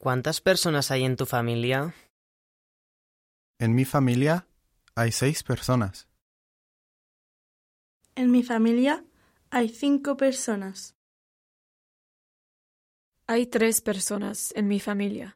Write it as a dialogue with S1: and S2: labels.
S1: ¿Cuántas personas hay en tu familia?
S2: En mi familia hay seis personas.
S3: En mi familia hay cinco personas.
S4: Hay tres personas en mi familia.